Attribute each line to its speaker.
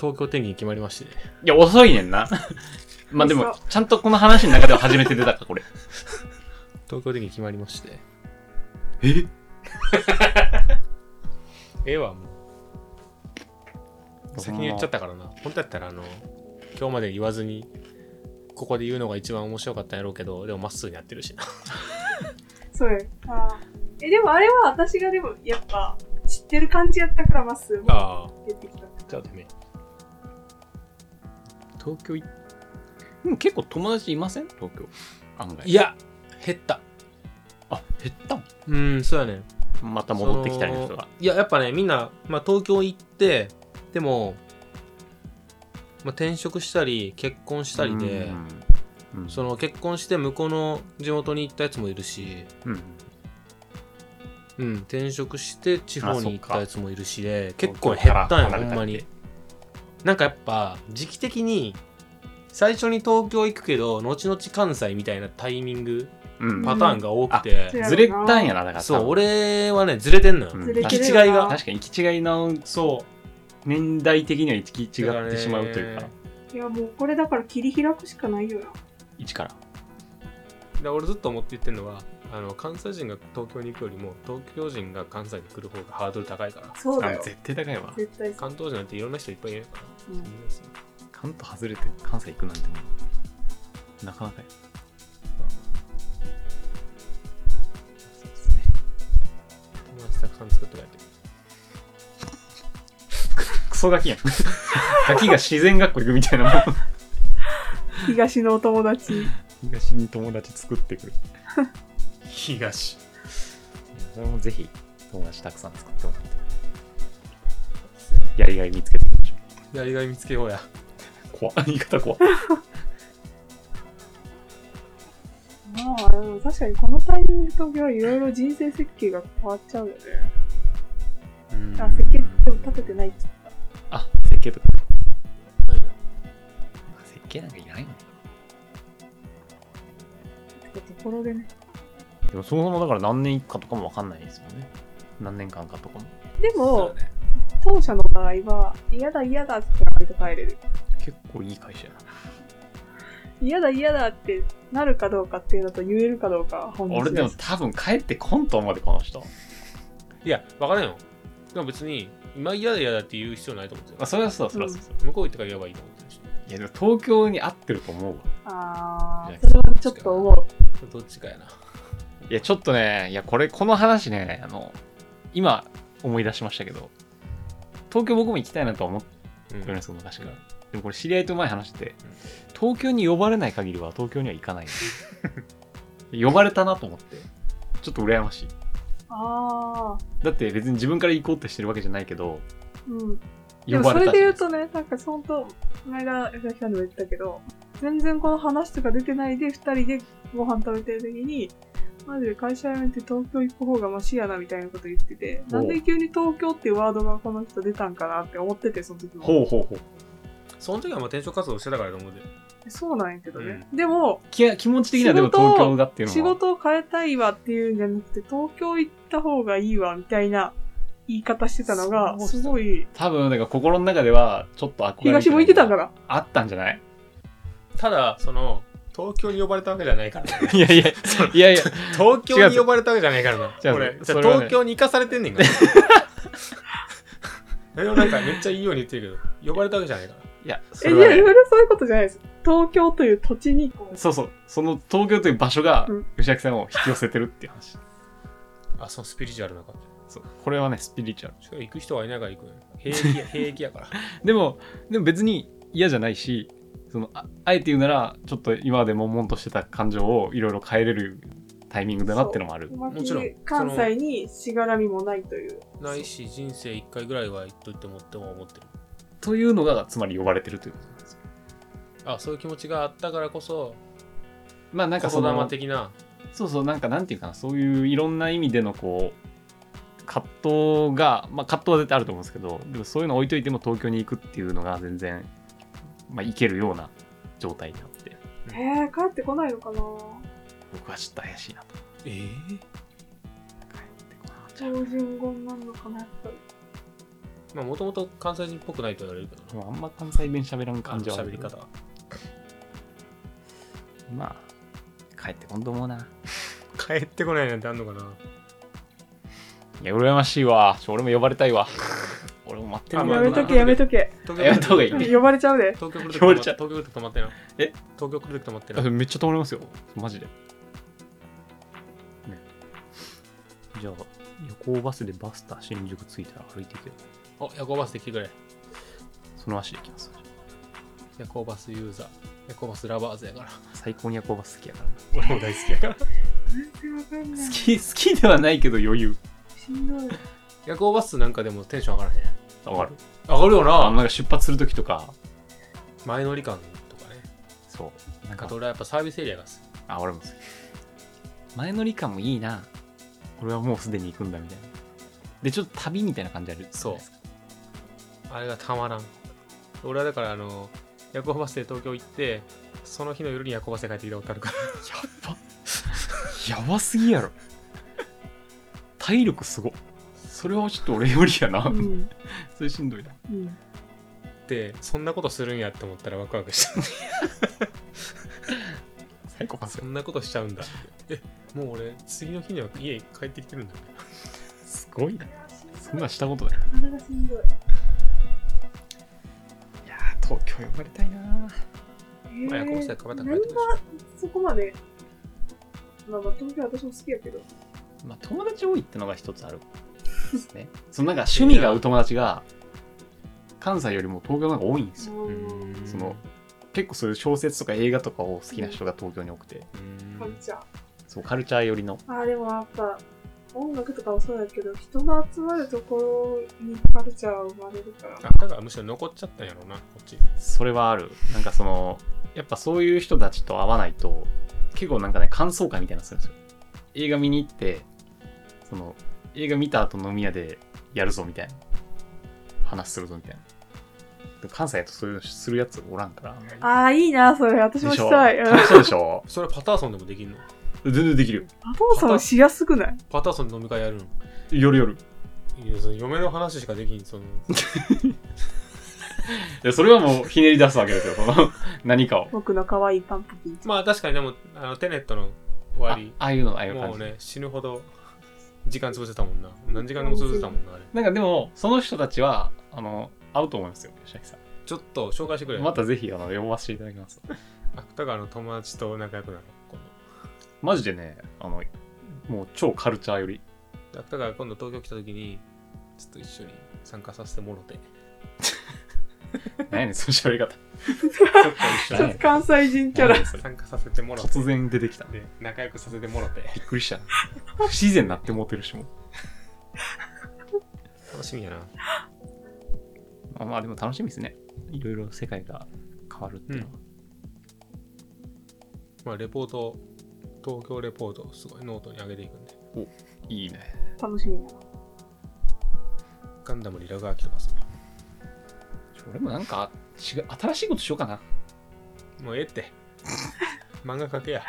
Speaker 1: 東京天気に決まりましてね。
Speaker 2: いや、遅いねん な。まあでも、ちゃんとこの話の中では初めて出たか、これ。
Speaker 1: 東京天気に決まりまして。
Speaker 2: え
Speaker 1: ええわ、もう。先に言っちゃったからな。本当だったら、あの、今日まで言わずに、ここで言うのが一番面白かったんやろうけど、でもまっすぐにやってるしな。
Speaker 3: そうよ。あーえ、でもあれは私がでも、やっぱ、知ってる感じやったからまっすぐ
Speaker 1: ああ、
Speaker 3: 出てきた。
Speaker 1: じゃあダメ。東京い
Speaker 2: でも結構友達いません東京。案外。
Speaker 1: いや、減った。
Speaker 2: あ、減ったも
Speaker 1: うん、そうだね。
Speaker 2: んまた戻ってきたりの人
Speaker 1: そ
Speaker 2: が
Speaker 1: の。いややっぱねみんな、まあ、東京行ってでも、まあ、転職したり結婚したりで、
Speaker 2: うん。うん。
Speaker 1: その結婚して向こうの地元に行ったやつもいるし、
Speaker 2: うん。
Speaker 1: うん、転職して地方に行ったやつもいるしで結構
Speaker 2: 東
Speaker 1: 減
Speaker 2: 京から
Speaker 1: ったんよ
Speaker 2: 離れ
Speaker 1: ほ
Speaker 2: た
Speaker 1: ん
Speaker 2: り
Speaker 1: まになんかやっぱ時期的に最初に東京行くけど後々関西みたいなタイミング
Speaker 2: うん
Speaker 1: パターンが多くて、
Speaker 3: うん
Speaker 2: ずれたんやな、だから。
Speaker 1: そう。俺はねずれてんのよ、
Speaker 2: うん
Speaker 3: ずれて
Speaker 1: 行き
Speaker 3: る
Speaker 1: 違
Speaker 3: よない
Speaker 1: が
Speaker 2: 確かに行き違いの
Speaker 1: そう
Speaker 2: 年代的には行き違
Speaker 1: だから
Speaker 2: っ
Speaker 1: ね
Speaker 2: てしまうというか、
Speaker 3: いや、もうこれだから切り開くしかないよな。
Speaker 2: 一から。
Speaker 1: で俺ずっと思って言ってるのはあの関西人が東京に行くよりも東京人が関西に来る方がハードル高いから
Speaker 3: そうだ
Speaker 2: あ
Speaker 3: よ。
Speaker 2: 絶対高いわ。
Speaker 3: 絶対そう。
Speaker 1: 関東人なんていろんな人いっぱいいるから、
Speaker 3: うん
Speaker 1: みんなそう
Speaker 2: 関東外れて関西行くなんてもうなかなかやそうですね
Speaker 1: 友達たくさん作って帰って
Speaker 2: クソガ キやんガキが自然学校行くみたいなもん
Speaker 3: 東のお友達。
Speaker 2: 東に友達作ってくる
Speaker 1: 東
Speaker 2: それもぜひ友達たくさん作ってもらってやりがい見つけていきましょ
Speaker 1: やりがい見つけようや
Speaker 2: う怖っ言い方怖っ
Speaker 3: まあ、でも確かにこのタイミングとはいろいろ人生設計が変わっちゃうよね。
Speaker 1: うん
Speaker 3: あ、設計でも立ててないっつった。
Speaker 2: あ設計とか設計なんかいないの
Speaker 3: てかところでね。
Speaker 2: でもそもそもだから何年かとかも分かんないですもんね何年間かとかも
Speaker 3: で
Speaker 1: そ
Speaker 3: も
Speaker 1: う、だね
Speaker 3: 当社の場合は、嫌だ嫌だって言わないと帰れる。
Speaker 2: 結構いい会社やな
Speaker 3: 嫌だ嫌だってなるかどうかっていうのと言えるかどうかは本
Speaker 2: 俺
Speaker 3: 気
Speaker 2: でも多分帰ってこんと思うでこの人
Speaker 1: いや分からんよでも別に今嫌だ嫌だって言う必要ないと思うん
Speaker 2: まあ、
Speaker 1: ですよ
Speaker 2: それはそうそれはそう、
Speaker 1: 向こう行ってから言えばいいと思ってるし
Speaker 2: いやでも東京に合ってると思うわ
Speaker 3: あ
Speaker 2: いや
Speaker 3: ー、それはちょっと思う。
Speaker 1: どっちかやない
Speaker 2: やちょっとねいやこれこの話ねあの今思い出しましたけど東京僕も行きたいなとは思って
Speaker 1: う
Speaker 2: るんで
Speaker 1: ん
Speaker 2: す昔から、でもこれ知り合いと前話してて東京に呼ばれない限りは東京には行かない 呼ばれたなと思ってちょっと羨ましい
Speaker 3: あ
Speaker 2: だって別に自分から行こうってしてるわけじゃないけど
Speaker 3: ー、うん。で
Speaker 2: 呼
Speaker 3: も
Speaker 2: ば
Speaker 3: そ
Speaker 2: れた
Speaker 3: れで
Speaker 2: じゃない
Speaker 3: 言う
Speaker 2: です
Speaker 3: とね、なんかそんと、この間、吉崎さんでも言ったけど、全然この話とか出てないで、二人でご飯食べてる時に、マジで会社辞めて東京行く方がマシやなみたいなこと言ってて、
Speaker 2: おう
Speaker 3: なんで急に東京っていうワードがこの人出たんかなって思ってて、その時も。
Speaker 2: ほうほうほう
Speaker 1: その時はまあ転職活動してたからと思うで
Speaker 3: そうなんやけどね。でも、
Speaker 2: き気持ち的にはでも
Speaker 3: 仕事を
Speaker 2: 東京だっていうのは
Speaker 3: 仕事を変えたいわっていうんじゃなくて、東京行った方がいいわみたいな言い方してたのが、
Speaker 2: そうそう
Speaker 3: すごい、
Speaker 2: 多分だから心の中ではちょっと憧れ
Speaker 3: 東向いてた
Speaker 2: ら
Speaker 3: から。
Speaker 2: あったんじゃ ない
Speaker 1: ただその東京に呼ばれたわけじゃない からね
Speaker 2: いやいや、いやいや、
Speaker 1: 東京に呼ばれたわけじゃないからな。こ
Speaker 2: 違う
Speaker 1: れ、
Speaker 2: それはね
Speaker 1: 東京に行かされてんね んから。でもなんかめっちゃいいように言ってるけど、呼ばれたわけじゃないから。
Speaker 2: いや、そ
Speaker 3: え、
Speaker 2: れ
Speaker 3: い
Speaker 2: は
Speaker 3: や、い
Speaker 2: ね
Speaker 3: ろいろそういうことじゃないです。東京という土地に、こう
Speaker 2: そうそう、その東京という場所が
Speaker 3: うん、
Speaker 2: 吉崎さんを引き寄せてるっていう話。
Speaker 1: あ、そのスピリチュアルな感
Speaker 2: そうこれはね、スピリチュアル。
Speaker 1: じ。しかも行く人はいないから行くのよ。平気や、平気やから。
Speaker 2: でも、でも別に嫌じゃないし、そのああえて言うなら、ちょっと今まで悶々としてた感情をいろいろ変えれるタイミングだなってのもある。
Speaker 3: おま
Speaker 1: もちろん
Speaker 3: け関西にしがらみもないという。
Speaker 1: ないし、人生一回ぐらいは行っといてもっても思ってる。
Speaker 2: というのが、つまり呼ばれてるということなんですよ。
Speaker 1: あ、そういう気持ちがあったからこそ、
Speaker 2: まあ
Speaker 1: な
Speaker 2: なん
Speaker 1: ん
Speaker 2: か
Speaker 1: か
Speaker 2: そ
Speaker 1: 子
Speaker 2: の
Speaker 1: 供、的な。
Speaker 2: そうそう、なんかなんていうかな、そういういろんな意味でのこう、葛藤が、まあ葛藤は絶対あると思うんですけど、でもそういうの置いといても東京に行くっていうのが全然、まあいけるような状態になって、
Speaker 1: うん
Speaker 3: えー、帰ってこないのかな
Speaker 2: 僕はちょっと怪しいなと。
Speaker 1: え
Speaker 2: 帰ってこなかった
Speaker 3: 超人言なんのかなやっぱり。
Speaker 1: まあもともと関西人っぽくないと言われるけど
Speaker 2: でもあんま関西弁喋らん
Speaker 1: なあ
Speaker 2: 感
Speaker 1: の
Speaker 2: じはあ
Speaker 1: 喋
Speaker 2: る
Speaker 1: り
Speaker 2: けど
Speaker 1: 方は
Speaker 2: まあ帰ってこんと思うな
Speaker 1: 帰ってこないなんてあんのかない
Speaker 2: や羨ましいわちょ俺も呼ばれたいわ俺も待って
Speaker 1: あ
Speaker 2: る
Speaker 1: ま
Speaker 3: や
Speaker 1: あ
Speaker 3: めとけやめとけ
Speaker 1: 東
Speaker 2: やめた方がいい
Speaker 1: 東
Speaker 3: 呼ばれちゃうで
Speaker 1: 京来るとき
Speaker 2: 言
Speaker 1: 東
Speaker 2: われちゃう
Speaker 1: 京来るとき止まってな
Speaker 2: え
Speaker 1: 東京来るとき止まってな
Speaker 2: あめっちゃ止まりますよマジで、ねじゃあ夜行バスでバスタ新宿着いたら歩いていくよ
Speaker 1: お夜行バスで来てくれ
Speaker 2: その足で行きます
Speaker 1: 夜行バスユーザー夜行バスラバーズやから
Speaker 2: 最高に夜行バス好きやから
Speaker 1: 俺も大好きやから
Speaker 3: 全然わかんない
Speaker 2: 好き 好きではないけど余裕
Speaker 3: しんどい
Speaker 1: 夜行バスなんかでもテンション上がらへん
Speaker 2: わかる
Speaker 1: 上がるよ
Speaker 2: あ
Speaker 1: な
Speaker 2: なんか出発するときとか
Speaker 1: 前乗り感とかね
Speaker 2: そうなん
Speaker 1: あ
Speaker 2: か
Speaker 1: と俺はやっぱサービスエリアが好き
Speaker 2: あ俺も好き前乗り感もいいな俺はもうすでに行くんだみたいなでちょっと旅みたいな感じある
Speaker 1: そうあれがたまらん俺はだからあの夜行バスで東京行ってその日の夜に夜行バスで帰ってきたことあるから
Speaker 2: やばすぎや ろ体力すごっそれはちょっと俺よりやな、
Speaker 3: うん
Speaker 2: それしんどいな
Speaker 3: うん
Speaker 1: ってそんなことするんやって思ったらワクワクした
Speaker 2: 最高かそ
Speaker 1: そんなことしちゃうんだえもう俺次の日には家帰ってきてるんだ
Speaker 2: すごいなそんなんしたことない
Speaker 3: 体がしんどい
Speaker 2: いやー東京呼ばれたいな
Speaker 1: まあ夜行バスで帰ってくるでしょ
Speaker 3: そこまでまあまともに私も好きやけど
Speaker 2: まあ友達多いってのが一つあるですねそのなんか趣味が合う友達が関西よりも東京の方が多いんですよ
Speaker 3: う
Speaker 2: その結構そういう小説とか映画とかを好きな人が東京に多くて
Speaker 3: カルチャー
Speaker 2: そうカルチャー寄りの
Speaker 3: あーでもやっぱ音楽とかもそうだけど人の集まるところにカルチャーは生まれるから
Speaker 1: あだからむしろ残っちゃったんやろうなこっち
Speaker 2: それはあるなんかそのやっぱそういう人たちと会わないと結構なんかね感想会みたいなのするんですよ映画見に行ってその映画見た後飲み屋でやるぞみたいな話するぞみたいなでも関西だとそういうのするやつおらんから
Speaker 3: ああいいなそれ私
Speaker 2: で
Speaker 3: も
Speaker 2: し
Speaker 3: し
Speaker 2: ょ
Speaker 3: たいうん
Speaker 2: 楽しそうでしょ
Speaker 1: それパターソンでもできんの
Speaker 2: 全然できるよ
Speaker 3: お父さんしやすくない
Speaker 1: パターソンで飲み会やるの
Speaker 2: 夜夜
Speaker 1: いやその嫁の話しかできんその
Speaker 2: いやそれはもうひねり出すわけですよその何かを
Speaker 3: 僕の可愛いパンプキン
Speaker 1: まあ確かにでもあのテネットの終わ
Speaker 2: あ
Speaker 1: り
Speaker 2: ああいうのああいう感
Speaker 1: もう
Speaker 2: じ、
Speaker 1: ね死ぬほど時間潰せたもんな何時間でも潰せたもんなあれ
Speaker 2: なんかでもその人たちはあの会うと思いますよ吉崎さん
Speaker 1: ちょっと紹介してくれ、
Speaker 2: またぜひあの呼ばせていただきます
Speaker 1: 芥川の友達と仲良くなる今
Speaker 2: マジでね、あの、もう超カルチャー より。
Speaker 1: 度芥川が今度東京来た時にちょっと一緒に参加させてもろて
Speaker 2: 何やねん、その喋り方。
Speaker 3: ちょっと関西人キャラ
Speaker 2: 何やねんそれ
Speaker 1: 参加させてもろて
Speaker 2: 突然出てきた。び
Speaker 1: で仲良くさせてもろて
Speaker 2: っくりしたな。不自然になってもうてるしも。
Speaker 1: 楽しみやな
Speaker 2: まあまあでも楽しみですね。いろいろ世界が変わるっていうのは。
Speaker 1: まあレポート東京レポートをすごいノートに上げていくんで
Speaker 2: いいね。
Speaker 3: 楽しみだな
Speaker 1: ガンダムリラガーキとかする
Speaker 2: 俺もなんか、 違う、新しいことしようかな。
Speaker 1: もうええって漫画描けや